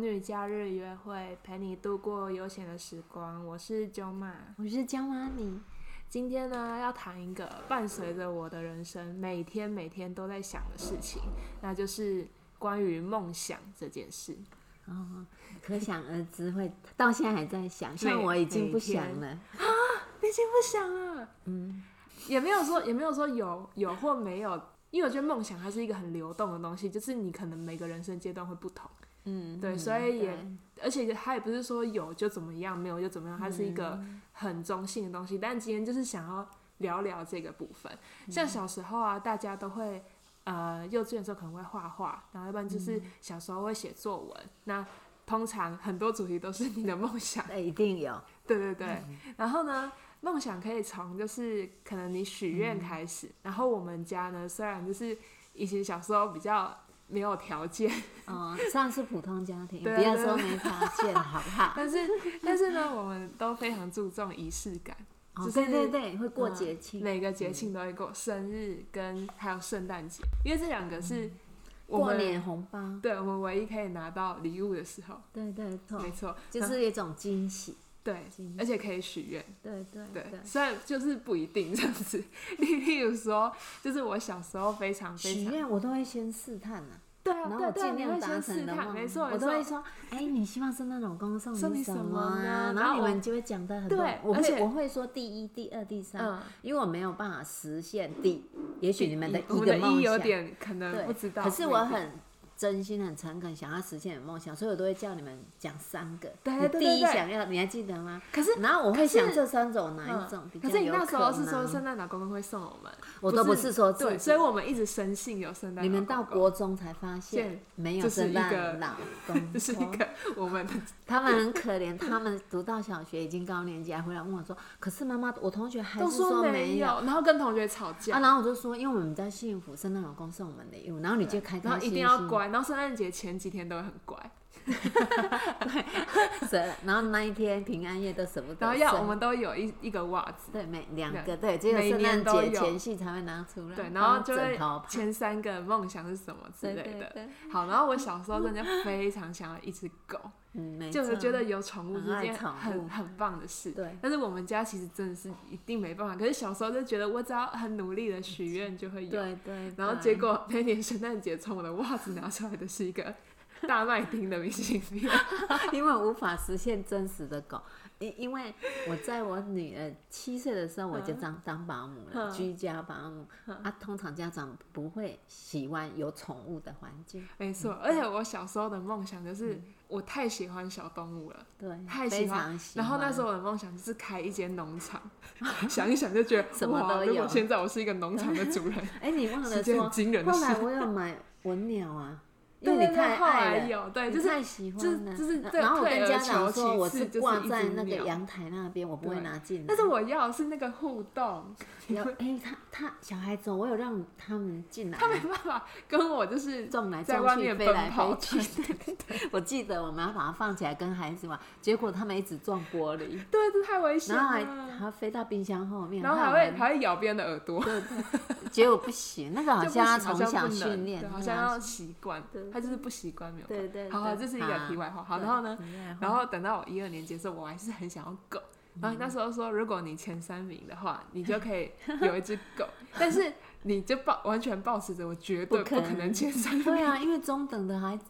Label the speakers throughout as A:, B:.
A: 日假日约会，陪你度过悠闲的时光。我是九马，
B: 我是江妈你。
A: 今天呢要谈一个伴随着我的人生，每天每天都在想的事情，那就是关于梦想这件事。
B: 哦，可想而知会，到现在还在想，像我已经不想了。
A: 已经不想了，
B: 嗯，
A: 也没有说也没有说有有或没有，因为我觉得梦想它是一个很流动的东西，就是你可能每个人生阶段会不同，
B: 嗯，
A: 对，
B: 嗯
A: 所以也
B: 对
A: 而且它也不是说有就怎么样，没有就怎么样，它是一个
B: 嗯
A: 很中性的东西。但今天就是想要聊聊这个部分，
B: 嗯
A: 像小时候啊，大家都会。呃，幼稚园的时候可能会画画，然后要不然就是
B: 嗯
A: 小时候会写作文。那通常很多主题都是你的梦想，
B: 对一定有，
A: 对对对，
B: 嗯
A: 然后呢，梦想可以从就是可能你许
B: 嗯
A: 愿开始。然后我们家呢，虽然就是以前小时候比较没有条件，
B: 哦，算是普通家庭，不
A: 对对啊
B: 要说没条件，好不好？
A: 但是 但是呢，我们都非常注重仪式感，
B: 哦，
A: 只
B: 对
A: 是
B: 对对，会过
A: 嗯
B: 节庆，
A: 每个节庆都会过，生日跟还有圣诞节，因为这两个是我
B: 嗯过
A: 们
B: 年红包，
A: 对我们唯一可以拿到礼物的时候，
B: 对对
A: 没
B: 对，
A: 错，
B: 就是一种惊喜，
A: 对
B: 惊，
A: 而且可以许愿。
B: 对对
A: 对
B: 对，，
A: 虽然就是不一定这样子。 例例如说，就是我小时候非常非
B: 许
A: 常
B: 愿我都会先试探啊。
A: 对
B: 然
A: 啊，
B: 后
A: 对
B: 我
A: 对，
B: 尽
A: 你
B: 量
A: 会
B: 达
A: 先
B: 成
A: 试
B: 的
A: 探，
B: 梦啊
A: 没错，
B: 我
A: 没
B: 都会
A: 错。
B: 说，哎，你希望圣诞老公送
A: 送
B: 你
A: 你
B: 什
A: 什
B: 么
A: 么
B: 啊？
A: 呢
B: 然后
A: 然后
B: 你
A: 我
B: 们就会讲的很多
A: 对，
B: 我
A: 而
B: 会
A: 且
B: 我会说第一、第二、第三
A: 嗯，
B: 因为我没有办法实现第，也许你们的
A: 我
B: 一
A: 们的
B: 个
A: 一
B: 梦
A: 有
B: 想，
A: 点可能
B: 对，
A: 不知道，
B: 可是我
A: 不一定
B: 很真心、很诚恳，想要实现你的梦想，所以我都会叫你们讲三个。
A: 对
B: 你
A: 对对
B: 第一
A: 对
B: 想要，你还记得吗？
A: 可是
B: 然后我会
A: 可是
B: 想这三种哪
A: 嗯
B: 一种比较
A: 可是你
B: 有
A: 那时候是说
B: 能
A: 圣诞老公公会送我们，
B: 我都不是说自
A: 对，
B: 己
A: 所以我们一直深信有圣诞老公公。
B: 你们到国中才发现
A: 现
B: 没有
A: 这是
B: 圣
A: 一个
B: 诞老公
A: 这是一
B: 公
A: 个我们的
B: 他们很可怜，他们读到小学已经高年级，还回来问我说：“可是妈妈，我同学还
A: 都
B: 是说
A: 没
B: 没有。”
A: 然后跟同学吵
B: 啊，
A: 架，
B: 然后我就说，因为我们比较幸福，圣诞老公送我们礼物，然后你就开开
A: 然
B: 心
A: 后
B: 心，
A: 一定要 乖，然后圣诞节前几天都会很乖，
B: 舍了然后那一天平安夜都舍不得，
A: 然后要我们都有一一个袜子，
B: 对每两
A: 对
B: 个对，只有
A: 每
B: 圣
A: 年
B: 诞
A: 都
B: 节
A: 有
B: 前夕才会拿出来，
A: 对，然后
B: 当
A: 就
B: 枕
A: 会
B: 头
A: 前三个梦想是什么之
B: 对
A: 类的。
B: 对对，
A: 好，然后我小时候真的非常想要一只 狗，
B: 嗯，没
A: 就是
B: 错
A: 觉得有宠物是一件
B: 很爱宠
A: 很
B: 物
A: 很棒的事。
B: 对
A: 但是我们家其实真的是一定没办法，可是小时候就觉得我只要很努力的许愿就会有。
B: 对对，
A: 然后
B: 对
A: 结果那年圣诞节从我的袜子拿出来的是一个大麦町的明信片，
B: 因为无法实现真实的狗，因因为我在我女儿七岁的时候我就当当保姆了，
A: 嗯
B: 居家保姆啊，通常家长不会喜欢有宠物的环境，
A: 没错。而且我小时候的梦想就是我太喜欢小动物了，
B: 对，
A: 太
B: 嗯非
A: 喜欢
B: 常。喜
A: 然后那
B: 欢
A: 时候我的梦想就是开一间农场， 想一想就觉得
B: 什么
A: 哇，
B: 都
A: 如果
B: 有
A: 现在我是一个农场的主 人，
B: 哎，你忘
A: 是一
B: 了
A: 件
B: 说
A: 很，惊人的
B: 后
A: 事
B: 来。我有买文鸟啊，因
A: 对
B: 为
A: 对
B: 你
A: 对，
B: 太
A: 后
B: 爱
A: 来
B: 了。
A: 有对，
B: 你
A: 就是
B: 太喜
A: 就
B: 欢了，
A: 就是
B: 那
A: 对
B: 然后我
A: 退
B: 跟
A: 而
B: 家
A: 求
B: 长说，
A: 其
B: 我
A: 次就是
B: 挂
A: 一
B: 在
A: 只
B: 那个
A: 鸟
B: 阳台那边，我不会
A: 对
B: 拿进来。
A: 但是我要的是那个互动，
B: 有哎，他他小孩子，我有让他们进来，
A: 他没办法跟我就是
B: 撞来
A: 在
B: 撞
A: 外
B: 去，
A: 面
B: 飞
A: 奔
B: 来
A: 跑
B: 飞去。 我记得我们要把它放起来跟孩子玩，结果他们一直撞玻璃，
A: 对，这太危险
B: 然后还
A: 了。
B: 还飞到冰箱后面，
A: 啊然后还
B: 怕我
A: 会
B: 们
A: 还会咬别人的耳朵，就
B: 结果不行，那个好
A: 不
B: 像要
A: 行好
B: 从
A: 像
B: 小
A: 不能
B: 训练，
A: 对好
B: 那个
A: 像
B: 要
A: 要习惯
B: 对，
A: 他就是不习惯没有办法。
B: 对对
A: 好好，
B: 对
A: 这是一个
B: 好
A: 题外话。好，
B: 对
A: 然后呢
B: 题外，
A: 然后等到我一二年级的时候，我还是很想要狗。然后
B: 嗯
A: 你那时候说，如果你前三名的话，你就可以有一只狗， 但是你就抱完全抱持着我绝对
B: 不
A: 不
B: 可
A: 可能前三名，
B: 对啊，因为中等的孩子。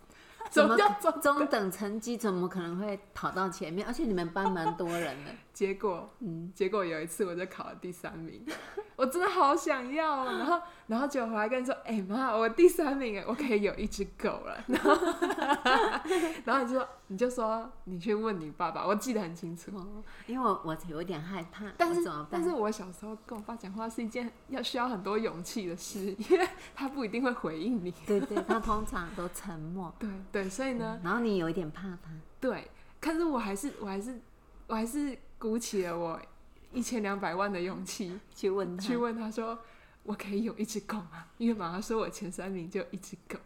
A: 怎
B: 怎
A: 么
B: 么
A: 叫中
B: 中等成绩怎么可能会跑到前面？而且你们班蛮多 人的，
A: 结果，
B: 嗯
A: 结果有一次我就考了第三名， 我真的好想要哦。然后，然后结果回来跟你说：“哎、妈，我第三名哎，我可以有一只狗了。” 然后，然后你就说，你就说你去问你爸爸，我记得很清楚。
B: 哦因为我我有点害怕，
A: 但
B: 我
A: 是
B: 哦怎么，办？
A: 但是我小时候跟我爸讲话是一件要需要很多勇气的事， 因为他不一定会回应你。
B: 对对，他通常都沉 默，
A: 对对，所以呢，
B: 然后你有一点怕他，
A: 对，可是我还是，我还是，我还是鼓起了我一千两百万的勇气。
B: 去问他
A: 去，问他说：“我可以有一只狗吗？” 因为妈妈说我前三名就有一只 狗。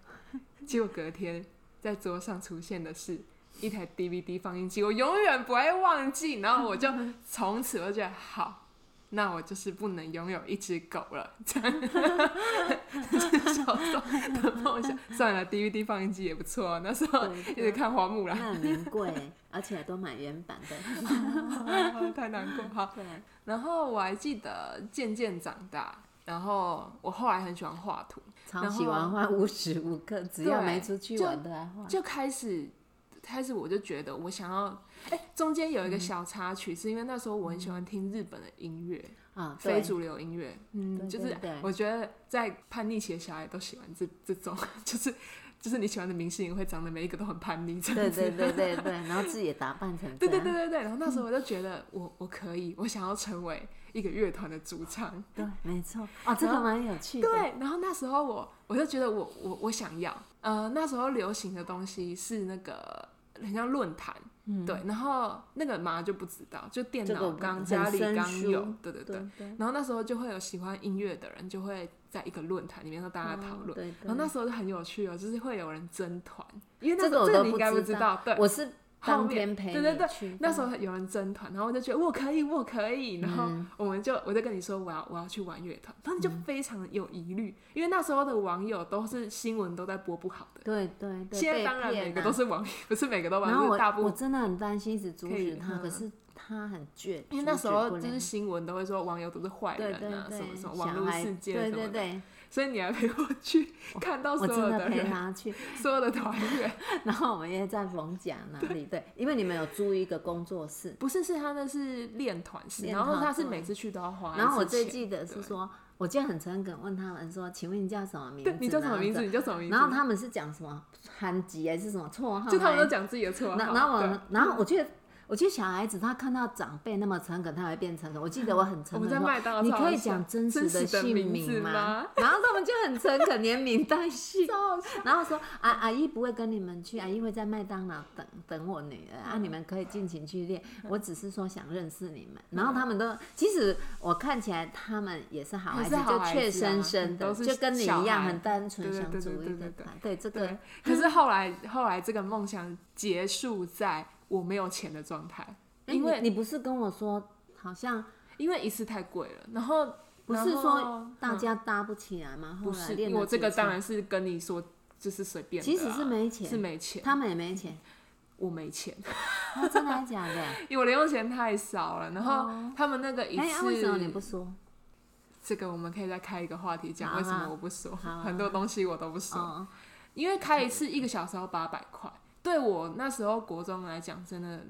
A: 结果隔天在桌上出现的是一台 DVD 放映机，我永远不会忘记。然后我就从此我就觉得好，那我就是不能拥有一只狗了， 这样，这是小时候的梦想。算了，DVD 放映机也不错，啊那时候
B: 对
A: 一直看花木
B: 那
A: 兰，
B: 很名 贵，而且都买原版的。
A: 太难过。好，
B: 对，
A: 然后我还记得渐渐长大，然后我后来很喜欢画图，
B: 超
A: 然
B: 喜欢
A: 后
B: 画，无时无刻只要
A: 对
B: 没出去
A: 就
B: 玩都来画。
A: 就开始开始我就觉得我想要，哎、中间有一
B: 嗯
A: 个小插曲，是因为那时候我很喜欢听日本的音乐，
B: 啊，
A: 非
B: 对，
A: 主流音乐，嗯，
B: 对
A: 就是
B: 对对
A: 我觉得在叛逆期的小孩都喜欢这 这种，就是就是你喜欢的明星会长得每一个都很叛逆，这
B: 对
A: 样子
B: 对对对对，然后自己也打扮成这
A: 对
B: 样。
A: 对对对对。然后那时候我就觉得我我可以，我想要成为一个乐团的主唱，
B: 对，没错。哦，这个
A: 然后
B: 蛮有趣的。
A: 对，然后那时候我我就觉得我我我想要，呃，那时候流行的东西是那个很像论坛，对，然后那个马上就不知道，就电
B: 嗯这个
A: 脑
B: 我
A: 刚
B: 很
A: 家里
B: 生
A: 刚有
B: 疏，
A: 对对对
B: 对。对，
A: 然后那时候就会有喜欢音乐的人，就会在一个论坛里面和大家讨
B: 哦
A: 论。
B: 对
A: 然后
B: 对
A: 那时候就很有趣哦，就是会有人争团，因为那
B: 这
A: 时
B: 个
A: 候
B: 我
A: 这个
B: 都
A: 你应该
B: 不
A: 知
B: 道
A: 道，对，
B: 我是
A: 后
B: 当
A: 面
B: 天陪
A: 对对
B: 你
A: 对
B: 去的。
A: 那时候有人争团，然后我就觉得我可以，我可以，然后
B: 嗯
A: 我们就我就跟你说我要我要去玩乐团，然后你就非常有疑虑，因为那时候的网友都是新闻都在播不好的，
B: 对对对，
A: 现在
B: 被
A: 当然
B: 骗
A: 每个
B: 啊
A: 都是网友，不是每 个都网
B: 然
A: 友，
B: 后
A: 就是大
B: 我
A: 部
B: 我
A: 分。
B: 真的很担心，一直阻
A: 可以
B: 止他，
A: 嗯
B: 可是他很倔，
A: 因为那
B: 阻
A: 时
B: 止
A: 候
B: 不
A: 就是
B: 了
A: 新闻都会说网友都是坏
B: 对
A: 人
B: 对
A: 啊，
B: 对，
A: 什么什么
B: 小
A: 网络
B: 孩
A: 事件
B: 对
A: 什么
B: 对
A: 的，
B: 对，
A: 所以你还陪我去看到所
B: 我真
A: 有
B: 的
A: 的
B: 陪
A: 人，
B: 他去，
A: 所有的团员，
B: 然后我们也在逢甲那里，对，因为你们有租一个工作室，
A: 不是是他那是练团式，
B: 练
A: 然后
B: 团
A: 他是
B: 对
A: 每次去都要花一次钱，
B: 然后我最记得是
A: 对
B: 说，我记得很诚恳问他们说，请问你叫什么名字
A: 对
B: 呢？
A: 你叫什么名字？你叫什么名字？
B: 然后他们是讲什么韩籍还是什么绰号？
A: 就他们都
B: 还
A: 讲自己的绰号。
B: 然然后
A: 对
B: 我，然后我觉得。我觉得小孩子他看到长辈那么诚恳，他会变诚恳。我记得我很
A: 我
B: 诚
A: 们
B: 恳
A: 在
B: 说，
A: 麦当劳
B: 你
A: 超好
B: 可以
A: 笑
B: 讲真
A: 真
B: 实的
A: 实的
B: 姓
A: 名字
B: 名
A: 吗？
B: 然后他们就很诚恳，连名带姓。
A: 超好笑
B: 然后说啊，阿姨不会跟你们去，阿姨会在麦当劳等等我女儿啊，你们可以尽情去练。
A: 嗯
B: 我只是说想认识你们，然后他们都，其实我看起来他们也是好孩
A: 也
B: 子，
A: 是好
B: 就
A: 孩子啊
B: 怯生生的，
A: 都是
B: 就跟你一
A: 小
B: 样
A: 孩
B: 很单纯，
A: 对对
B: 想
A: 对
B: 组
A: 对
B: 一个
A: 对对
B: 团。对这个
A: 对，可是后 来后来这个梦想结束在我没有钱的状态，
B: 哎
A: 因为
B: 你你不是跟我说，好像
A: 因为一次太贵了，然后
B: 不是
A: 然后嗯
B: 说大家搭不起来吗？后
A: 不
B: 来
A: 是，
B: 练
A: 因
B: 了
A: 为我这个
B: 几次
A: 当然是跟你说就是随便的啊，
B: 其实是没钱
A: 是没钱，
B: 他们也没钱，
A: 我没钱，
B: 哦真的还假的？
A: 因为我零用钱太少了，然后
B: 哦
A: 他们那 个一
B: 哎，啊为什么你
A: 次。
B: 不说？
A: 这个我们可以再开一个话题讲，
B: 好啊
A: 为什么我不说？
B: 好啊
A: 很多东西我都不说。
B: 哦，
A: 因为开一次一个小时要八百块，对我那时候国中来讲，真的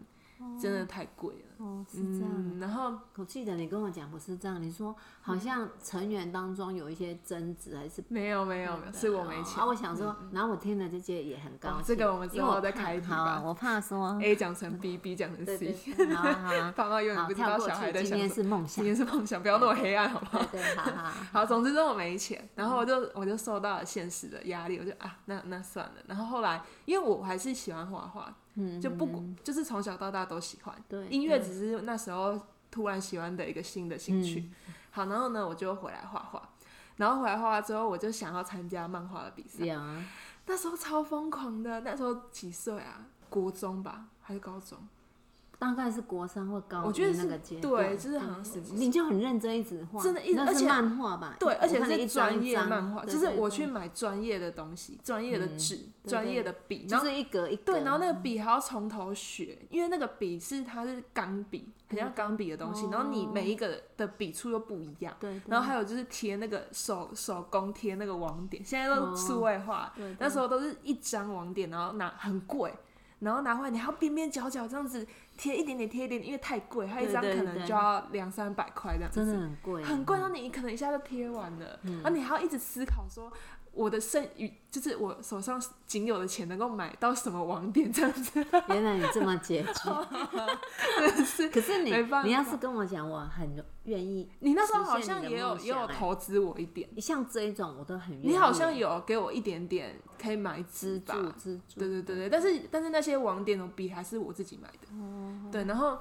A: 真的太贵了。
B: 哦，是这样。
A: 嗯，然后
B: 我记得你跟我讲不是这样，你说好
A: 嗯
B: 像成员当中有一些争执还是
A: 没有没有没有，嗯是我没钱
B: 啊，。我想说，然后我听了就觉得也很高
A: 哦
B: 兴。
A: 这个我们之
B: 因为
A: 后
B: 我
A: 再
B: 怕
A: 开一题
B: 好啊
A: 吧哎
B: 我怕说，
A: 嗯 A 讲成 B，B 讲成
B: 对对
A: C，
B: 对，好啊 好啊，
A: 爸妈永远
B: 好
A: 不知
B: 跳
A: 道
B: 过
A: 小孩在
B: 去。
A: 想
B: 今天
A: 什么。
B: 是梦想
A: 今，天是梦想，不要那么黑暗，好不
B: 对嗯
A: 好？
B: 对，好好好。
A: 好，总之就是我没钱，然后我就我就受到了现实的压力，我就啊，那那算了。然后后来，因为我还是喜欢画画，
B: 嗯
A: 就不管就是从小到大都喜欢，
B: 对
A: 音乐
B: 对
A: 只是那时候突然喜欢的一个新的兴趣。
B: 嗯
A: 好，然后呢，我就回来画画，然后回来画画之后，我就想要参加漫画的比赛，
B: 有啊，
A: 那时候超疯狂的，那时候几岁啊？国中吧，还是高中？
B: 大概是国三或高
A: 我觉得
B: 一
A: 是
B: 那个阶段，
A: 对，就是好像是
B: 你就很认真一直画，
A: 真的一直
B: 那
A: 而
B: 是
A: 且
B: 漫画吧？
A: 对，而且
B: 我看你
A: 是
B: 一张
A: 专
B: 一
A: 业
B: 张
A: 漫画，
B: 对
A: 就是
B: 对
A: 我
B: 对嗯
A: 去买专业的东西，专业的纸、
B: 对
A: 专
B: 对
A: 业的笔，然
B: 就
A: 后
B: 是一格一格，
A: 对，然后那个笔还要从头学，因为那个笔是它是钢笔，很
B: 嗯
A: 像钢笔的东西，然后你
B: 哦
A: 每一个的笔触又不一样。
B: 对，对
A: 然后还有就是贴那个手手工贴那个网点，现在都数位化，
B: 嗯对对
A: 那时候都是一张网点，然后拿很贵，然后拿回来你还要边边角角这样子贴一点点贴一点点，因为太贵，它一张
B: 对
A: 可
B: 对
A: 能
B: 对
A: 就要两三百块这样子，
B: 真的很贵，啊嗯
A: 很贵，然后你可能一下就贴完了，然后你还要一直思考说。我的剩余就是我手上仅有的钱能够买到什么网点这样子，
B: 原来你这么拮 据，可是你
A: 没办法
B: 你要是跟我讲，我很愿意。
A: 你那时候好
B: 实现
A: 像
B: 你的
A: 也有
B: 梦
A: 也有
B: 想欸
A: 投资我一点，
B: 像这一种我都很愿意。
A: 你好像有给我一点点可以买
B: 资
A: 纸吧？
B: 助资助，
A: 对对对对，但是但是那些网点的笔还是我自己买的。对，然后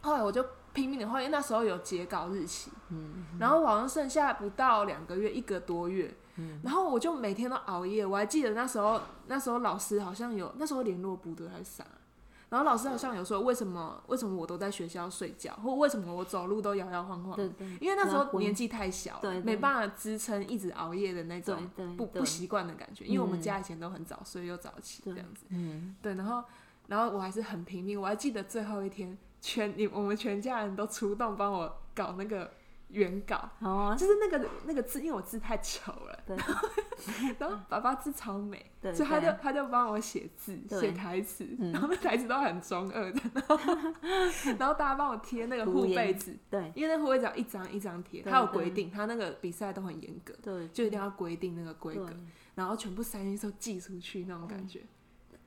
A: 后来我就拼命的画，因为那时候有截稿日期，嗯，然后我好像剩下不到两个月，一个多月，嗯，然后我就每天都熬夜。我还记得那时候那时候老师好像有那时候联络部队还是啥，然然后老师好像有说，为什么为什么我都在学校睡觉，或为什么我走路都摇摇晃晃的？
B: 对对
A: 因为那时
B: 比较
A: 候
B: 昏
A: 年纪太小了，
B: 对对
A: 没办法支撑一直熬夜的那种
B: 对对
A: 不
B: 对
A: 不习惯的感觉。因为我们
B: 嗯
A: 家以前都很早睡又早起这
B: 对
A: 样子，
B: 嗯，
A: 对，然后然后我还是很拼命，我还记得最后一天，全你我们全家人都出动帮我搞那个原稿。
B: 哦，
A: 就是那个那个字，因为我字太丑了，
B: 对
A: 然后爸爸字超美，
B: 对
A: 所以他就
B: 对
A: 他就帮我写字、
B: 对
A: 写台词，
B: 嗯
A: 然后那台词都很中二的，然后然后大家帮我贴那个护背纸，
B: 对
A: 因为那护背纸要一张一张贴，
B: 对
A: 他有规定，他那个比赛都很严格，
B: 对，
A: 就一定要规定那个规格
B: 对，
A: 然后全部塞进去之后寄出去那种感觉。
B: 嗯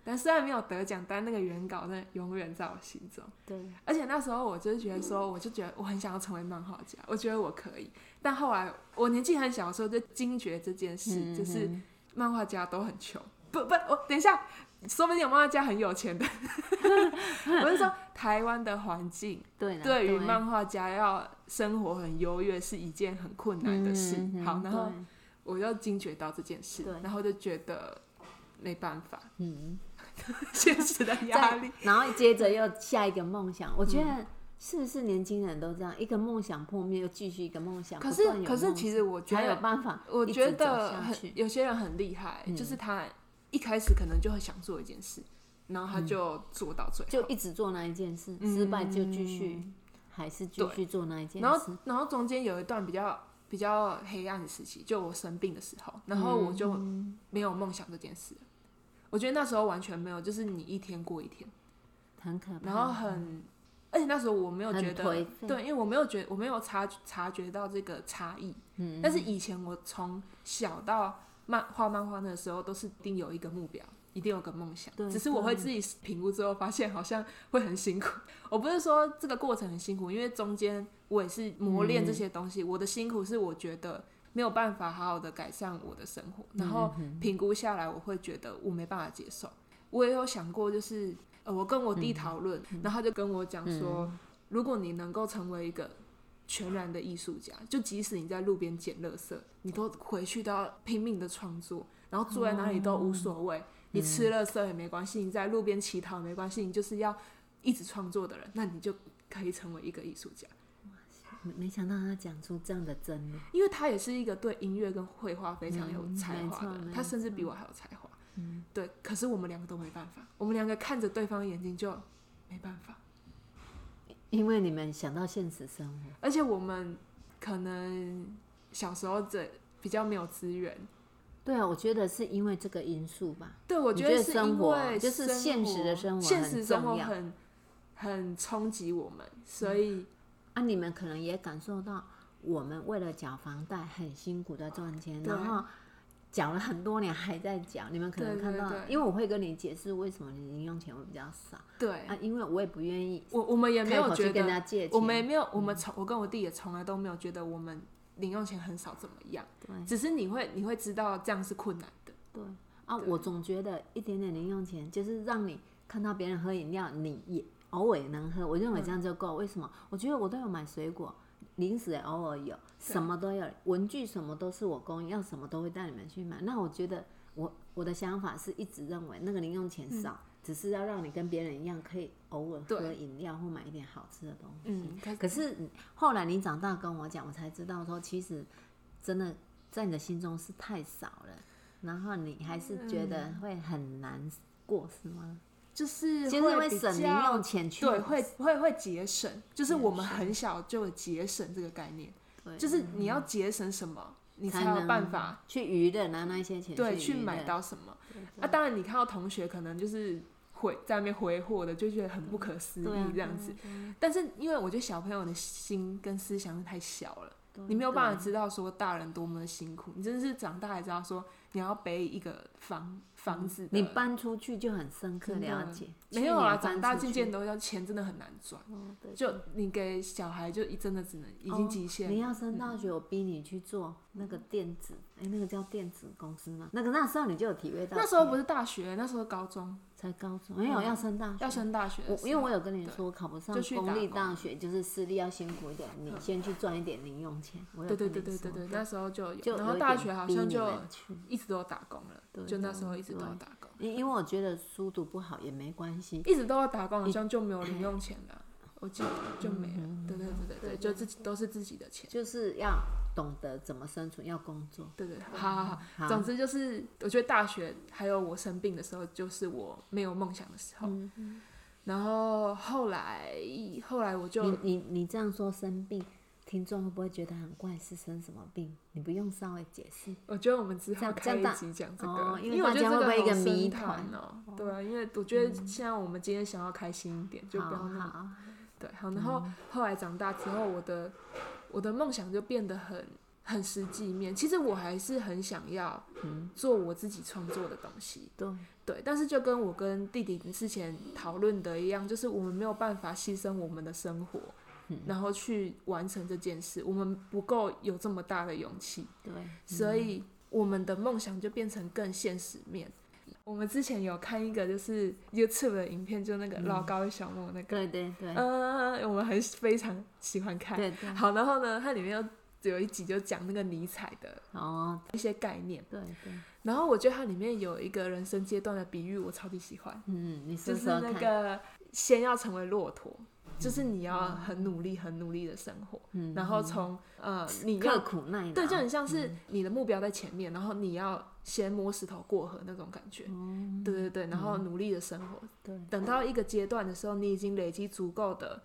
A: 但虽然没有得奖，但那个原稿呢，永远在我心中。
B: 对
A: 而且那时候我就是觉得说，我就觉得我很想要成为漫画家，我觉得我可以。但后来我年纪很小的时候就惊觉这件事，
B: 嗯
A: 就是
B: 嗯
A: 漫画家都很穷。不不，我等一下， 说不定有漫画家很有钱的。 我是说，台湾的环境
B: 对啦
A: 对于漫画家要生活很优越是一件很困难的事。
B: 嗯嗯嗯
A: 好，然后
B: 对
A: 我就惊觉到这件事
B: 对，
A: 然后就觉得没办法，
B: 嗯，
A: 现实的压力。嗯
B: 然后接着又下一个梦想，我觉得是不是年轻人都这样，一个梦想破灭又继续一个梦想，
A: 可
B: 不
A: 是
B: 断有
A: 可是，
B: 梦
A: 其
B: 想
A: 实我觉
B: 才
A: 得
B: 有办法
A: 我
B: 一直
A: 觉
B: 走
A: 得
B: 下
A: 很
B: 去
A: 有些人很厉害，
B: 嗯
A: 就是他一开始可能就会想做一件事，然后他就做到最
B: 嗯就
A: 后，
B: 一直做那一件事，
A: 嗯
B: 失败就继续，还是继续做那一件
A: 然
B: 事
A: 后。然后中间有一段比较比较黑暗的时期，就我生病的时候，然后我就
B: 嗯
A: 没有梦想这件事了。我觉得那时候完全没有，就是你一天过一天，
B: 很可怕。
A: 然后很，而且那时候我没有
B: 很
A: 觉得
B: 颓废
A: 对，因为我没有觉我没有察察觉到这个差异。
B: 嗯
A: 但是以前我从小到漫画漫画的时候，都是一定有一个目标，一定有个梦想
B: 对。
A: 只是我会自己评估之后，发现好像 会很辛苦。我不是说这个过程很辛苦，因为中间我也是磨练这些东西。我的辛苦是我觉得没有办法好好的改善我的生活，然后评估下来，我会觉得我没办法接受。我也有想过，就是呃，我跟我弟讨论，然后他就跟我讲说，如果你能够成为一个全然的艺术家，就即使你在路边捡垃圾，你都回去都要拼命的创作，然后坐在哪里都无所谓，你吃垃圾也没关系，你在路边乞讨也没关系，你就是要一直创作的人，那你就可以成为一个艺术家。
B: 没没想到他讲出这样的真理，
A: 因为他也是一个对音乐跟绘画非常有才华的
B: 嗯没错嗯没
A: 人，
B: 错
A: 他甚至比我还有才华。对，可是我们两个都没办法，我们两个看着对方的眼睛就没办法，
B: 因为你们想到现实生活，
A: 而且我们可能小时候这比较没有资源，
B: 对啊，我觉得是因为这个因素吧。
A: 对我
B: 你
A: 觉
B: 觉
A: 得
B: 得
A: 是
B: 生
A: 因
B: 活
A: 为
B: 就是
A: 生
B: 现实的
A: 活
B: 生活
A: 现
B: 很
A: 实生
B: 重
A: 活
B: 要
A: 很很冲击我们，所以
B: 啊，你们可能也感受到，我们为了缴房贷很辛苦的赚钱，
A: 对
B: 然后缴了很多年还在缴，你们可能
A: 对
B: 看
A: 对
B: 到，
A: 对
B: 因为我会跟你解释为什么你零用钱会比较少
A: 对
B: 啊，因为我也不愿意
A: 我我们也没
B: 开
A: 有
B: 口去
A: 觉
B: 跟
A: 得，
B: 他借钱，嗯
A: 我们也没有，我们从我跟我弟也从来都没有觉得我们零用钱很少怎么样，
B: 对
A: 只是你会你会知道这样是困难的，
B: 对啊，我总觉得一点点零用钱就是让你看到别人喝饮料，你也偶尔能喝，我认为这样就够。为什么？我觉得我都有买水果、零食，也偶尔有，什么都有，文具什么都是我供应，要什么都会带你们去买。那我觉得我我的想法是一直认为那个零用钱少，只是要让你跟别人一样，可以偶尔喝
A: 对
B: 饮料或买一点好吃的东西。
A: 嗯，可
B: 可是你后来你长大跟我讲，我才知道说，其实真的在你的心中是太少了，然后你还是觉得会很难过，是吗？
A: 就是
B: 就是因
A: 会
B: 为
A: 比
B: 省零
A: 较
B: 用钱去
A: 对，会会会节省，就是
B: 节
A: 我们很小就有节省这个概念，
B: 对
A: 就是你要节省什么，你
B: 才
A: 有
B: 能
A: 办法
B: 去娱乐拿那些钱
A: 对，去
B: 娱
A: 买
B: 乐
A: 到什么。啊，当然你看到同学可能就是回在那边挥霍的，就觉得很不可思
B: 对啊
A: 议这样子。但是因为我觉得小朋友的心跟思想太小了，你没有办
B: 啊
A: 法知道说大人多么的辛苦，你真的是长大才知道说你要背一个房房子的。
B: 你搬出去就很深刻
A: 真的
B: 了解。
A: 没有啊，
B: 去年搬
A: 长大
B: 出
A: 渐
B: 去
A: 渐都要钱，真的很难赚。
B: 哦对
A: 就你给小孩，就一真的只能已
B: 哦
A: 经极限了。
B: 你要升大学，我逼你去做那个电子，哎、那个叫电子公司吗？那个那时候你就有体会到，
A: 那时候不是大学，那时候高中
B: 才高中，没有要升大学，
A: 嗯要升大学的时
B: 我
A: 候，
B: 因为我有跟你说，我考不上
A: 就去打
B: 公立
A: 工啊嗯
B: 大学，就是私立要辛苦一点，你先去赚一点零用钱。我有
A: 对对
B: 跟
A: 对
B: 你
A: 对对
B: 说
A: 对，那时候就有，
B: 就
A: 然
B: 有
A: 后
B: 一
A: 大
B: 点
A: 学好
B: 逼
A: 像
B: 你
A: 就
B: 们去
A: 一直都有打工了，
B: 对
A: 就那
B: 对
A: 时候一直都有
B: 对
A: 打工，
B: 因因为我觉得书读不好也没关系，
A: 一直都有打工，好像就没有零用钱了，我记得就没
B: 嗯
A: 了。对对对对对，就自己都是自己的钱。
B: 就是要懂得怎么生存，要工作。
A: 对对，好好好。
B: 好，
A: 总之就是，我觉得大学还有我生病的时候，就是我没有梦想的时候。然后后来，后来我就
B: 你你你这样说生病，听众会不会觉得很怪？是生什么病？你不用稍微解释。
A: 我觉得我们之
B: 这
A: 后
B: 样
A: 开
B: 这
A: 一
B: 样大
A: 集讲这个，
B: 哦因
A: 因
B: 为
A: 我觉得
B: 大家
A: 这
B: 会不会一
A: 好
B: 个
A: 深
B: 谜
A: 谈
B: 团嗯
A: 哦。对啊，因为我觉得现在我们今天想要开心一点，就不要
B: 好嗯
A: 那么
B: 好，
A: 对，好，然后后来长大之后，我的我的梦想就变得很很实际面。其实我还是很想要
B: 嗯，
A: 做我自己创作的东西，
B: 对，
A: 对。但是就跟我跟弟弟之前讨论的一样，就是我们没有办法牺牲我们的生活，
B: 嗯
A: 然后去完成这件事，我们不够有这么大的勇气。
B: 对，
A: 所
B: 嗯
A: 以我们的梦想就变成更现实面。我们之前有看一个就是 YouTube 的影片，就那个老高与小莫那个，
B: 对嗯对嗯对，
A: 呃，我们很非常喜欢看。
B: 对对，
A: 好，然后呢，它里面有有一集就讲那个尼采的
B: 哦，
A: 一些概念，
B: 对对，
A: 然后我觉得它里面有一个人生阶段的比喻，我超级喜欢，
B: 嗯，你
A: 就
B: 说
A: 是
B: 说
A: 那
B: 看，
A: 个先要成为骆驼，就是你要很努力、很努力的生活，
B: 嗯
A: 然后从呃你要
B: 刻苦啊嗯耐劳，
A: 对，就很像是你的目标在前面，然后你要先摸石头过河那种感觉。
B: 嗯
A: 对对对，然后努力的生活，
B: 对，
A: 等到一个阶段的时候，你已经累积足够的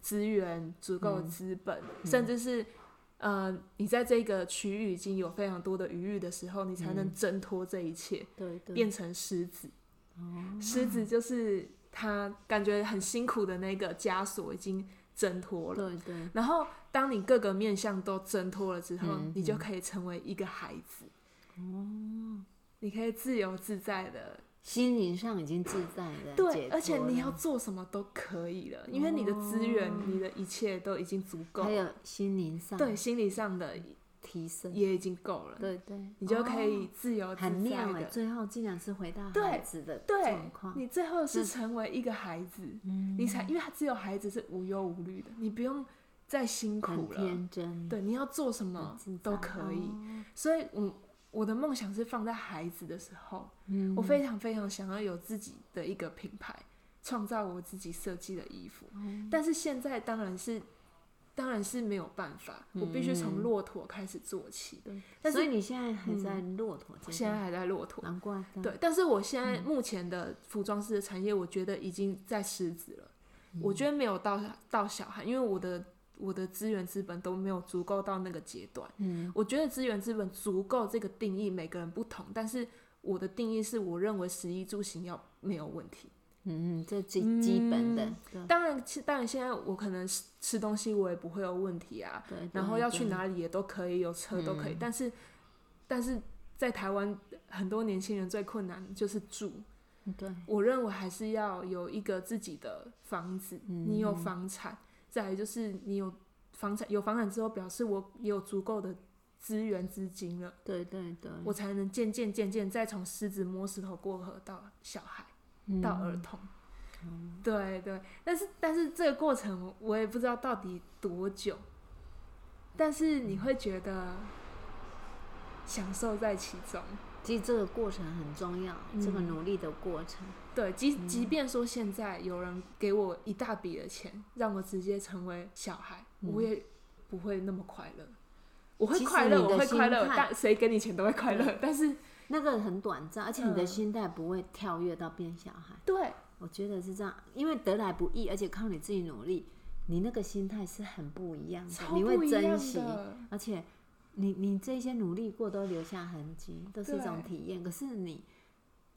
A: 资源、足够的
B: 嗯
A: 资本，甚至是呃，你在这个区域已经有非常多的余裕的时候，你才
B: 嗯
A: 能挣脱这一切，
B: 对对，
A: 变成狮子。狮子就是他感觉很辛苦的那个枷锁已经挣脱了。
B: 对对，
A: 然后，当你各个面相都挣脱了之后，
B: 嗯
A: 你就可以成为一个孩子。你可以自由自在的，
B: 心灵上已经自在的，
A: 对，而且你要做什么都可以了，因为你的资源、你的一切都已经足够
B: 还
A: 了，
B: 有心灵上
A: 对，心理上的
B: 提升，
A: 也已经够了，
B: 对对，
A: 你就
B: 哦
A: 可以自由自
B: 很
A: 在
B: 妙哎，
A: 的。
B: 最后竟然是回到
A: 对
B: 孩子的
A: 啊对
B: 状况，，嗯
A: 你最后是成为一个孩子，你才因为只有孩子是无忧无虑的，你不用再辛
B: 很
A: 苦了。
B: 天真，
A: 对，你要做什么
B: 很自在，
A: 都可以。
B: 哦
A: 所以我我的梦想是放在孩子的时候，
B: 嗯，
A: 我非常非常想要有自己的一个品牌，创造我自己设计的衣服。
B: 哦
A: 但是现在当然是，当然是没有办法，我必须从骆驼开始做起。
B: 嗯对
A: 但是嗯
B: 所以你现在还在骆驼阶
A: 现在
B: 段，
A: 还在骆驼，
B: 难怪的，
A: 对。但是我现
B: 嗯
A: 在目前的服装师的产业，我觉得已经在狮子了。
B: 嗯
A: 我觉得没有到到小孩，因为我的我的资源资本都没有足够到那个阶段。
B: 嗯，
A: 我觉得资源资本足够这个定义每个人不同，但是我的定义是我认为食衣住行要没有问题。
B: 嗯嗯，这最基本的，对
A: 当然，其当然现在我可能吃吃东西我也不会有问题啊，
B: 对，
A: 然后
B: 对嗯
A: 要去？哪里也都可以，有车都可以。但是，但是在台湾很多年轻人最困难就是住，
B: 对，
A: 我认为还是要有一个自己的房子，你有房产，再来就是你有房产，有房产之后表示我也有足够的资源资金了。
B: 对对对，
A: 我才能渐渐渐渐再从狮子摸石头过河到小孩，
B: 嗯
A: 到儿童。对对，但是但是这个过程我也不知道到底多久，但是你会觉得享受在其中。
B: 其实这个过程很重要，
A: 嗯
B: 这个努力的过程，
A: 对，即
B: 嗯
A: 即便说现在有人给我一大笔的钱，让我直接成为小孩，我也不会那么快乐。我会
B: 嗯其实
A: 快乐，
B: 你的
A: 我会快乐
B: 心，态
A: 但谁给你钱都会快乐。但是，
B: 那个很短暂，而且你的心态不会跳跃到变小孩。
A: 对，
B: 我觉得是这样，因为得来不易，而且靠你自己努力，你那个心态是很不一样的，
A: 超
B: 你
A: 不
B: 会
A: 一样
B: 珍惜，
A: 的。
B: 而且你你这些努力过都留下痕迹，都是一种
A: 对
B: 体验。可是你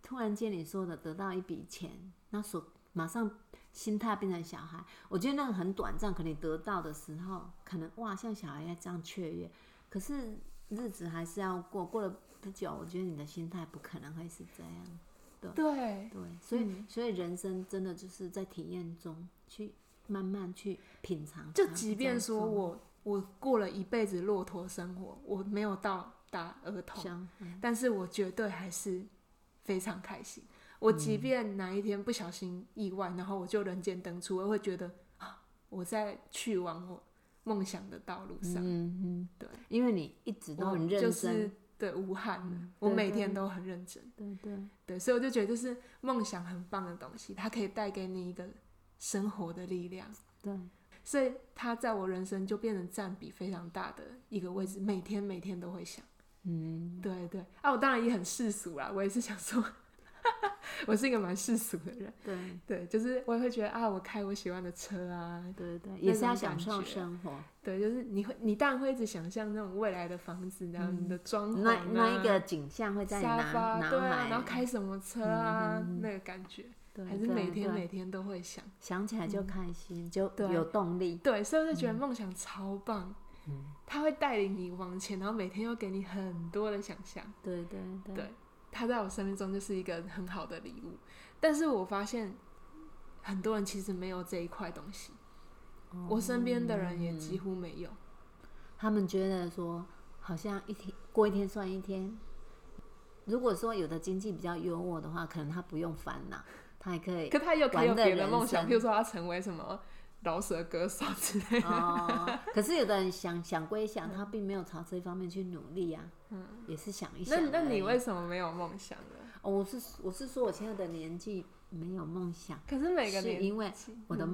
B: 突然间你说的得到一笔钱，那所马上心态变成小孩，我觉得那个很短暂。可能你得到的时候，可能哇像小孩一样这样雀跃，可是日子还是要过，过了不久，我觉得你的心态不可能会是这样。
A: 对，
B: 对，所以、
A: 嗯
B: 所以人生真的就是在体验中去慢慢去品尝它。
A: 就即便
B: 这
A: 说
B: 样
A: 我我过了一辈子骆驼生活，我没有到达儿
B: 子
A: 童，
B: 相嗯
A: 但是我绝对还是非常开心。我
B: 嗯
A: 即便哪一天不小心意外，然后我就人间登出，我会觉得啊，我在去往我梦想的道路上。
B: 嗯嗯，
A: 对，
B: 因为你一直都
A: 我
B: 很
A: 就
B: 认
A: 是
B: 真，
A: 对无憾的
B: 嗯，
A: 我
B: 对
A: 每
B: 对
A: 天都很认真。
B: 对对，
A: 对，所以我就觉得这是梦想很棒的东西，它可以带给你一个生活的力量，
B: 对，
A: 所以它在我人生就变成占比非常大的一个位置，每天每天都会想。
B: 嗯，
A: 对对，啊，我当然也很世俗啦，我也是想说， 我是一个蛮世俗的人，
B: 对
A: 对，就是我也会觉得啊，我开我喜欢的车啊，
B: 对对，也是要享受
A: 感觉
B: 生活。
A: 对，就是你会，你当然会一直想象那种未来的房子，然后你的装潢、
B: 嗯那
A: 啊、
B: 那一个景象会在你
A: 沙
B: 脑
A: 发，
B: 脑
A: 对啊，
B: 海，嗯
A: 然后开什么车啊，那个感觉，
B: 对
A: 还是
B: 对啊
A: 每天
B: 对
A: 每天都会想。
B: 想起来就开心，就
A: 对
B: 有动力。
A: 对，所以我就
B: 嗯
A: 觉得梦想超棒，它会带领你往前，然后每天又给你很多的想象。
B: 对对对
A: 对，它在我生命中就是一个很好的礼物。但是我发现很多人其实没有这一块东西，
B: 哦
A: 我身边的人也几乎没有。
B: 他们觉得说，好像一天过一天算一天。如果说有的经济比较优渥的话，可能他不用烦恼，他还可以
A: 可他又可以有
B: 玩的
A: 别的
B: 人
A: 梦想，
B: 生
A: 譬如说他成为什么饶舌歌手之类的。
B: 哦。 可是有的人想想归想，
A: 嗯
B: 他并没有朝这方面去努力啊。嗯，也是想一想
A: 那
B: 而已。
A: 那你为什么没有梦想呢？
B: 哦，我是我是说，我现在的年纪没有梦想，
A: 可是每个
B: 是
A: 年
B: 因为
A: 纪
B: 我的，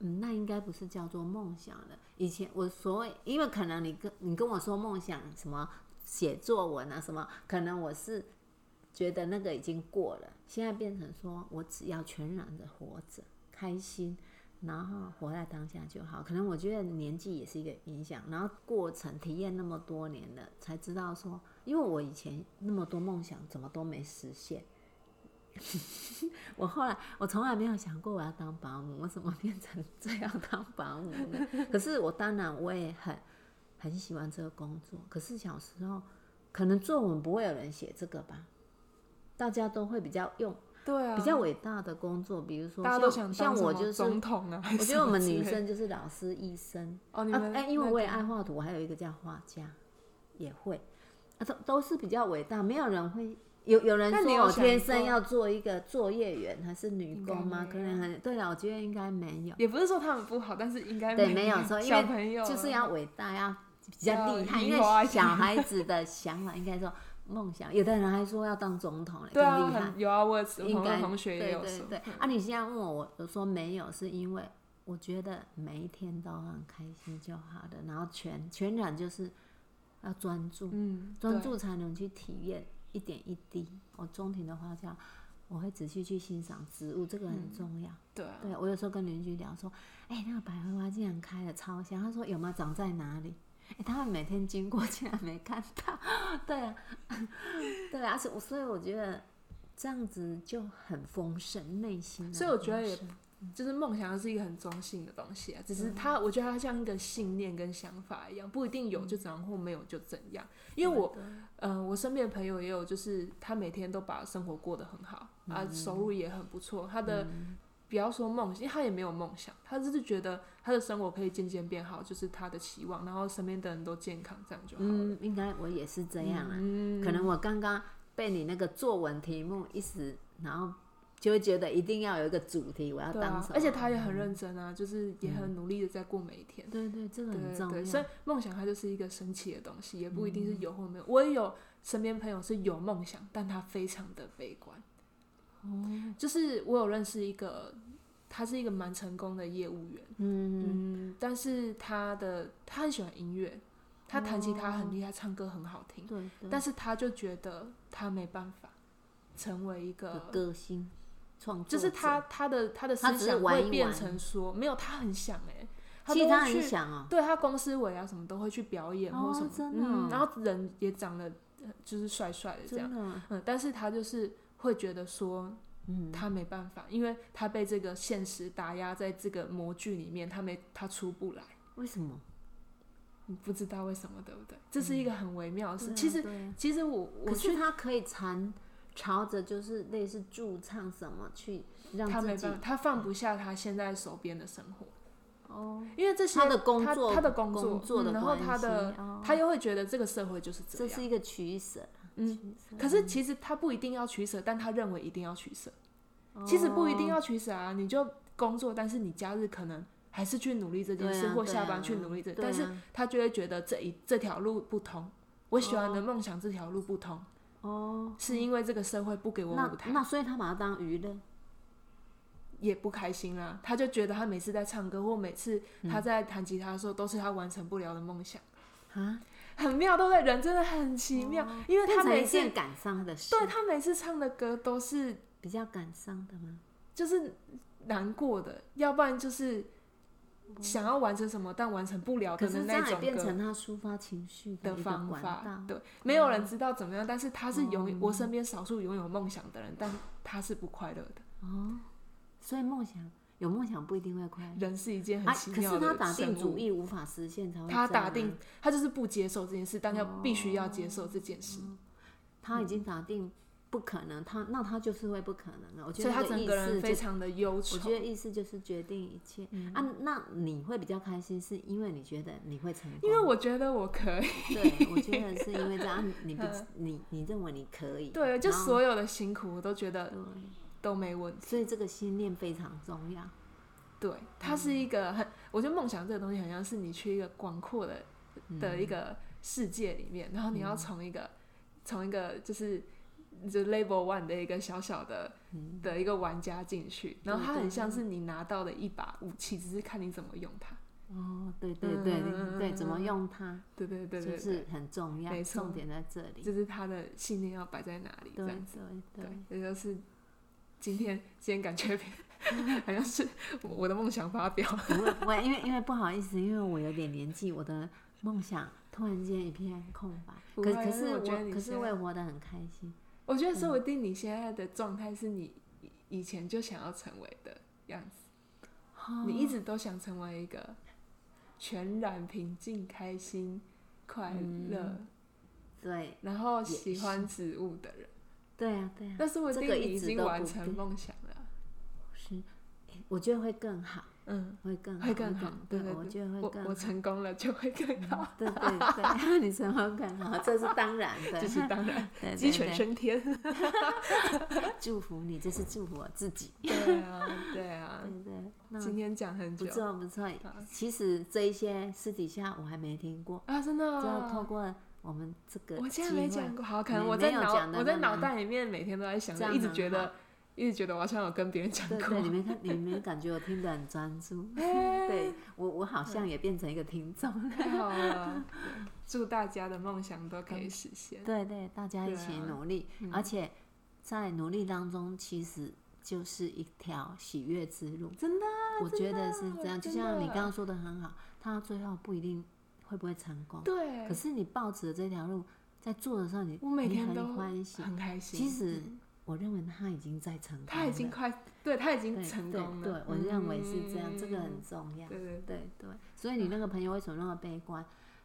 B: 嗯，那应该不是叫做梦想了。以前我所谓，因为可能你跟你跟我说梦想什么写作文啊什么，可能我是觉得那个已经过了，现在变成说我只要全然的活着，开心。然后活在当下就好，可能我觉得年纪也是一个影响，然后过程体验那么多年了，才知道说，因为我以前那么多梦想怎么都没实现，我后来我从来没有想过我要当保姆，我怎么变成 这样当保姆呢？可是我当然我也很很喜欢这个工作，可是小时候可能作文不会有人写这个吧，大家都会比较用
A: 对啊，
B: 比较伟大的工作，比如说
A: 大家都
B: 像
A: 想
B: 像
A: 当
B: 我
A: 什么
B: 就是，
A: 总统啊。
B: 我
A: 我
B: 觉得我们女生就是老师、医生，
A: 哦，你
B: 啊
A: 们
B: 哎、因为我也
A: 那个
B: 爱画图，我还有一个叫画家，也会，啊，都都是比较伟大，没有人会有有人
A: 那你
B: 说
A: 有
B: 我
A: 想
B: 天生
A: 过
B: 要做一个作业员还是女
A: 应
B: 工
A: 该
B: 吗？
A: 没
B: 可能很对了，我觉得应该没有，
A: 也不是说他们不好，但是应该
B: 对，没有说，
A: 小
B: 因
A: 朋友
B: 为就是
A: 啊
B: 要伟大，要比较
A: 要
B: 厉害，因
A: 移花
B: 为
A: 一
B: 小
A: 点
B: 孩子的想法应该说梦想，有的人还说要当总统嘞，
A: 对啊，
B: 更厉害。
A: 很有啊，我有我
B: 应
A: 同
B: 该
A: 的同学也有说，
B: 对对对，啊，你现在问我，我说没有，是因为我觉得每一天都很开心就好的，然后全全然就是要专注，
A: 嗯，
B: 专
A: 对
B: 注才能去体验一点一滴。我中庭的花椒，我会仔细去欣赏植物，这个很重要。
A: 对啊，
B: 对我有时候跟邻居聊说，哎、那个百合花竟然开了超香，他说有吗？长在哪里？哎、他们每天经过竟然没看到，对啊， 对啊，所以所以我觉得这样子就很丰盛，内心很丰盛。
A: 所以我觉得
B: 嗯
A: 也就是梦想是一个很中性的东西啊，只是它，我觉得它像一个信念跟想法一样，不一定有
B: 嗯
A: 就怎样，或没有就怎样。因为我，嗯，我身边的朋友也有，就是他每天都把生活过得很好啊，
B: 嗯
A: 收入也很不错，他的。不要说梦，因为他也没有梦想，他就是觉得他的生活可以渐渐变好，就是他的期望，然后身边的人都健康，这样就好了。嗯
B: 嗯，应该我也是这样啊。可能我刚刚被你那个作文题目一时，然后就会觉得一定要有一个主题，我要
A: 对
B: 当嗯
A: 啊
B: 什么？，
A: 而且他也很认真啊，就是也
B: 嗯
A: 很努力的在过每一天。
B: 对对，这个很
A: 对
B: 重
A: 对，
B: 要。
A: 所以梦想它就是一个神奇的东西，也不一
B: 嗯
A: 定是有或没有。我也有身边朋友是有梦想，但他非常的悲观。哦，就是我有认识一个，他是一个蛮成功的业务员，
B: 嗯，
A: 嗯，但是他的他很喜欢音乐，他弹吉他很厉害，唱歌很好听，
B: 对哦对。
A: 但是他就觉得他没办法成为一
B: 有
A: 个
B: 个性创作
A: 呃就
B: 者，
A: 是他他的他的
B: 他
A: 思
B: 只是
A: 想
B: 玩一
A: 会变
B: 玩
A: 成说没有，他很想哎、欸，
B: 其实
A: 都
B: 他
A: 会
B: 很
A: 去
B: 想哦，
A: 对他公司委啊什么都会去表演或
B: 哦
A: 什么，
B: 真的哦
A: 嗯，然后人也长得呃就是帅帅的这
B: 真
A: 样，
B: 的，
A: 嗯，但是他就是会觉得说
B: 嗯，
A: 他没办法，因为他被这个现实打压在这个模具里面，他没他出不来，
B: 为什么？
A: 你不知道为什么，对不对？这是一个很微妙的事。哦其实
B: 实
A: 其实我我
B: 嗯啊可是
A: 去
B: 他可以缠朝着就是类似驻唱什么去让
A: 他没
B: 自己
A: 办法，他放不下他现在手边的生活，
B: 哦，
A: 因为这些
B: 他的工作
A: 他的工作，
B: 工作
A: 嗯
B: 的
A: 然后
B: 关系，
A: 他的
B: 哦
A: 他又会觉得这个社会就是
B: 这
A: 样
B: 是。一个取舍，
A: 嗯
B: 取舍，
A: 可是其实他不一定要取舍，但他认为一定要取舍。其实不一定要取舍啊，你就工作，但是你假日可能还是去努力这件
B: 对
A: 事，
B: 啊
A: 或
B: 对
A: 下
B: 啊
A: 班去努力这，
B: 对
A: 但是
B: 啊
A: 他就会觉得这一这条路不通，我喜欢的梦想这条路不通，
B: 哦，
A: 是因为这个社会不给我
B: 那
A: 舞台，
B: 那所以他把它当娱乐，
A: 也不开心啊。他就觉得他每次在唱歌或每次他在弹吉他的时候，都是他完成不了的梦想，
B: 啊，
A: 很妙，对不对？人真的很奇妙，因为他
B: 哦变成
A: 每
B: 一
A: 次
B: 件感伤的事，
A: 对他每次唱的歌都是
B: 比较感伤的吗？
A: 就是难过的，要不然就是想要完成什么但完成不了
B: 可
A: 的
B: 是这
A: 那
B: 样也
A: 种
B: 变
A: 歌。
B: 成他抒发情绪
A: 的
B: 一个
A: 方
B: 管
A: 法
B: 道，。嗯
A: 对，没有人知道怎么样，但是他是永、我身边少数拥有梦想的人，但他是不快乐的。
B: 哦，所以梦想有梦想不一定会快乐。
A: 人是一件
B: 啊
A: 很奇！
B: 可
A: 妙
B: 是
A: 的、
B: 他
A: 生
B: 打定主
A: 物
B: 意无法实现才会这样啊。
A: 他打定，他就是不接受这件事，但要必须要接受这件事，
B: 他
A: 嗯
B: 已经打定不可能，他那他就是会不可能啊。我觉
A: 所
B: 得
A: 以他
B: 那
A: 整
B: 意
A: 个
B: 识
A: 人
B: 就
A: 非常的忧
B: 我
A: 愁嗯
B: 觉。得意思就是决定一切、啊。那你会比较开心，是因为你觉得你会成功？
A: 因为我觉得我可以，
B: 对，我觉得是因为这样，啊你 不你你认为你可以，
A: 嗯对，就
B: 然后
A: 所有的辛苦我都觉得
B: 对
A: 都没问题。
B: 所以这个心念非常重要。
A: 对，它
B: 嗯
A: 是一个很，我觉得梦想这个东西，很像是你去一个广阔的
B: 嗯
A: 的一个世界里面，然后你要从一个从一个就是就 level one 的一个小小的
B: 嗯
A: 的一个玩家进去，然后它很像是你拿到的一把武器，只是看你怎么用它。
B: 哦，对对对、
A: 嗯
B: 对，怎么用它
A: 对对对对
B: 就
A: 对，
B: 是很重要，
A: 没错
B: 重点在这里。
A: 就是他的信念要摆在哪里，这
B: 对
A: 样子。
B: 对
A: 对
B: 对，，
A: 这就是今天今天感觉 好像是我我的梦想发表。
B: 不会不会，因为因为不好意思，因为我有点年纪，我的梦想突然间一片空白。
A: 不
B: 可
A: 会
B: 可是
A: 我觉得你
B: 可是
A: 现
B: 我
A: 在
B: 也活得很开心。
A: 我觉得说不定你现在的状态是你以以前就想要成为的样子，
B: 哦
A: 你一直都想成为一个全然平静、开心、快乐，
B: 嗯对
A: 然后喜欢植物的人。
B: 对啊对啊，
A: 但是我定
B: 这个
A: 你
B: 一
A: 已
B: 直
A: 经
B: 都
A: 完
B: 不
A: 成
B: 变
A: 梦想了。
B: 是，诶我觉得会更好，
A: 嗯，
B: 会更好，
A: 会更好。对对，
B: 我
A: 对
B: 觉得会
A: 我
B: 更好
A: 我。成功了就会更好，
B: 对对对， 你成功更好，哦这是当然 的，
A: 这是当然，
B: 对嗯对
A: 鸡犬
B: 对
A: 升天。
B: 祝福你，这是祝福我自己。
A: 对啊，对啊
B: 对。对，嗯那
A: 今天讲很
B: 不
A: 久
B: 错不错。其实这一些私底下我还没听过，
A: 啊，真的
B: 就要透
A: 哦。
B: 过我们这个
A: 我竟
B: 机
A: 然
B: 会
A: 没，讲过，好，可能
B: 没
A: 我
B: 没
A: 在
B: 有
A: 脑
B: 讲的
A: 我在
B: 那
A: 脑
B: 么
A: 袋里面每天都在想
B: 这
A: 着，
B: 样
A: 一直
B: 很
A: 觉
B: 好
A: 得，一直觉得我好像有跟别人讲
B: 对对，你
A: 过。
B: 没看，你没感觉我听得很 专注？
A: 哎
B: 对 我，我好像也变成一个听众了。
A: 太好 了，对祝大家的梦想都
B: 嗯
A: 可以实现。
B: 对对，大家一起
A: 对啊
B: 努力，而且在努力当中，其实就是一条喜悦之路。
A: 啊真的，
B: 我觉得是这样，就
A: 真
B: 像你
A: 的
B: 刚刚说的很好，他最后不一定会不会成功，
A: 对
B: 可，是你抱着这条路在做的时候你，
A: 我每
B: 你
A: 天都
B: 很欢喜。
A: 很开心。嗯
B: 其实我认为他已经在成功了，
A: 他已经快，对他已经
B: 对
A: 成
B: 对
A: 功了。
B: 对，我认为是这样，这个很
A: 嗯
B: 重要。
A: 对对
B: 对对，所以你那个朋友为什么那么悲观？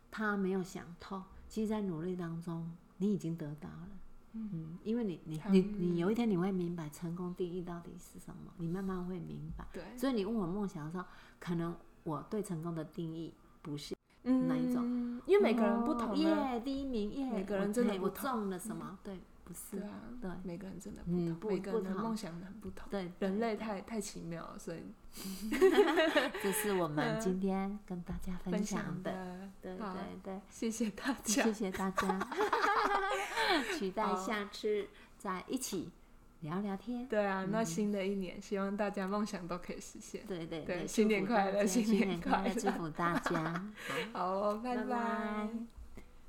B: 他没有想透，其实，在努力当中，你已经得到了。嗯，因为你你你
A: 嗯
B: 你有一天你会明白成功定义到底是什么，你慢慢会明白。
A: 对，
B: 所以你问我梦想的时候，可能我对成功的定义不是
A: 嗯
B: 哪一种
A: 种？因为每个人不
B: 哦
A: 同啊。
B: 耶，第一名耶，
A: 每个
B: 我
A: 人真的
B: 嘿
A: 不
B: 我
A: 同嗯
B: 中了什么？对，不
A: 对
B: 是，
A: 啊，
B: 对
A: 每个人真的不
B: 嗯不
A: 同，每个人的
B: 不同
A: 梦想很不同。
B: 对，
A: 人类太太奇妙了，所以
B: 这是我们今天跟大家分
A: 嗯分
B: 享
A: 享
B: 的。
A: 的，
B: 对
A: 好
B: 对对。
A: 谢谢大家
B: 谢。谢大家， 期待
A: 好
B: 下次再一起聊聊天。
A: 对啊，那新的一年，希望大家梦想都可以实现。
B: 对对
A: 对
B: 对，
A: 新
B: 祝
A: 年
B: 福
A: 快
B: 大
A: 乐
B: 家
A: 新
B: 新
A: 年
B: 年
A: 快
B: 快乐，祝
A: 乐
B: 福大家。好
A: 好哦，拜
B: 拜拜
A: 拜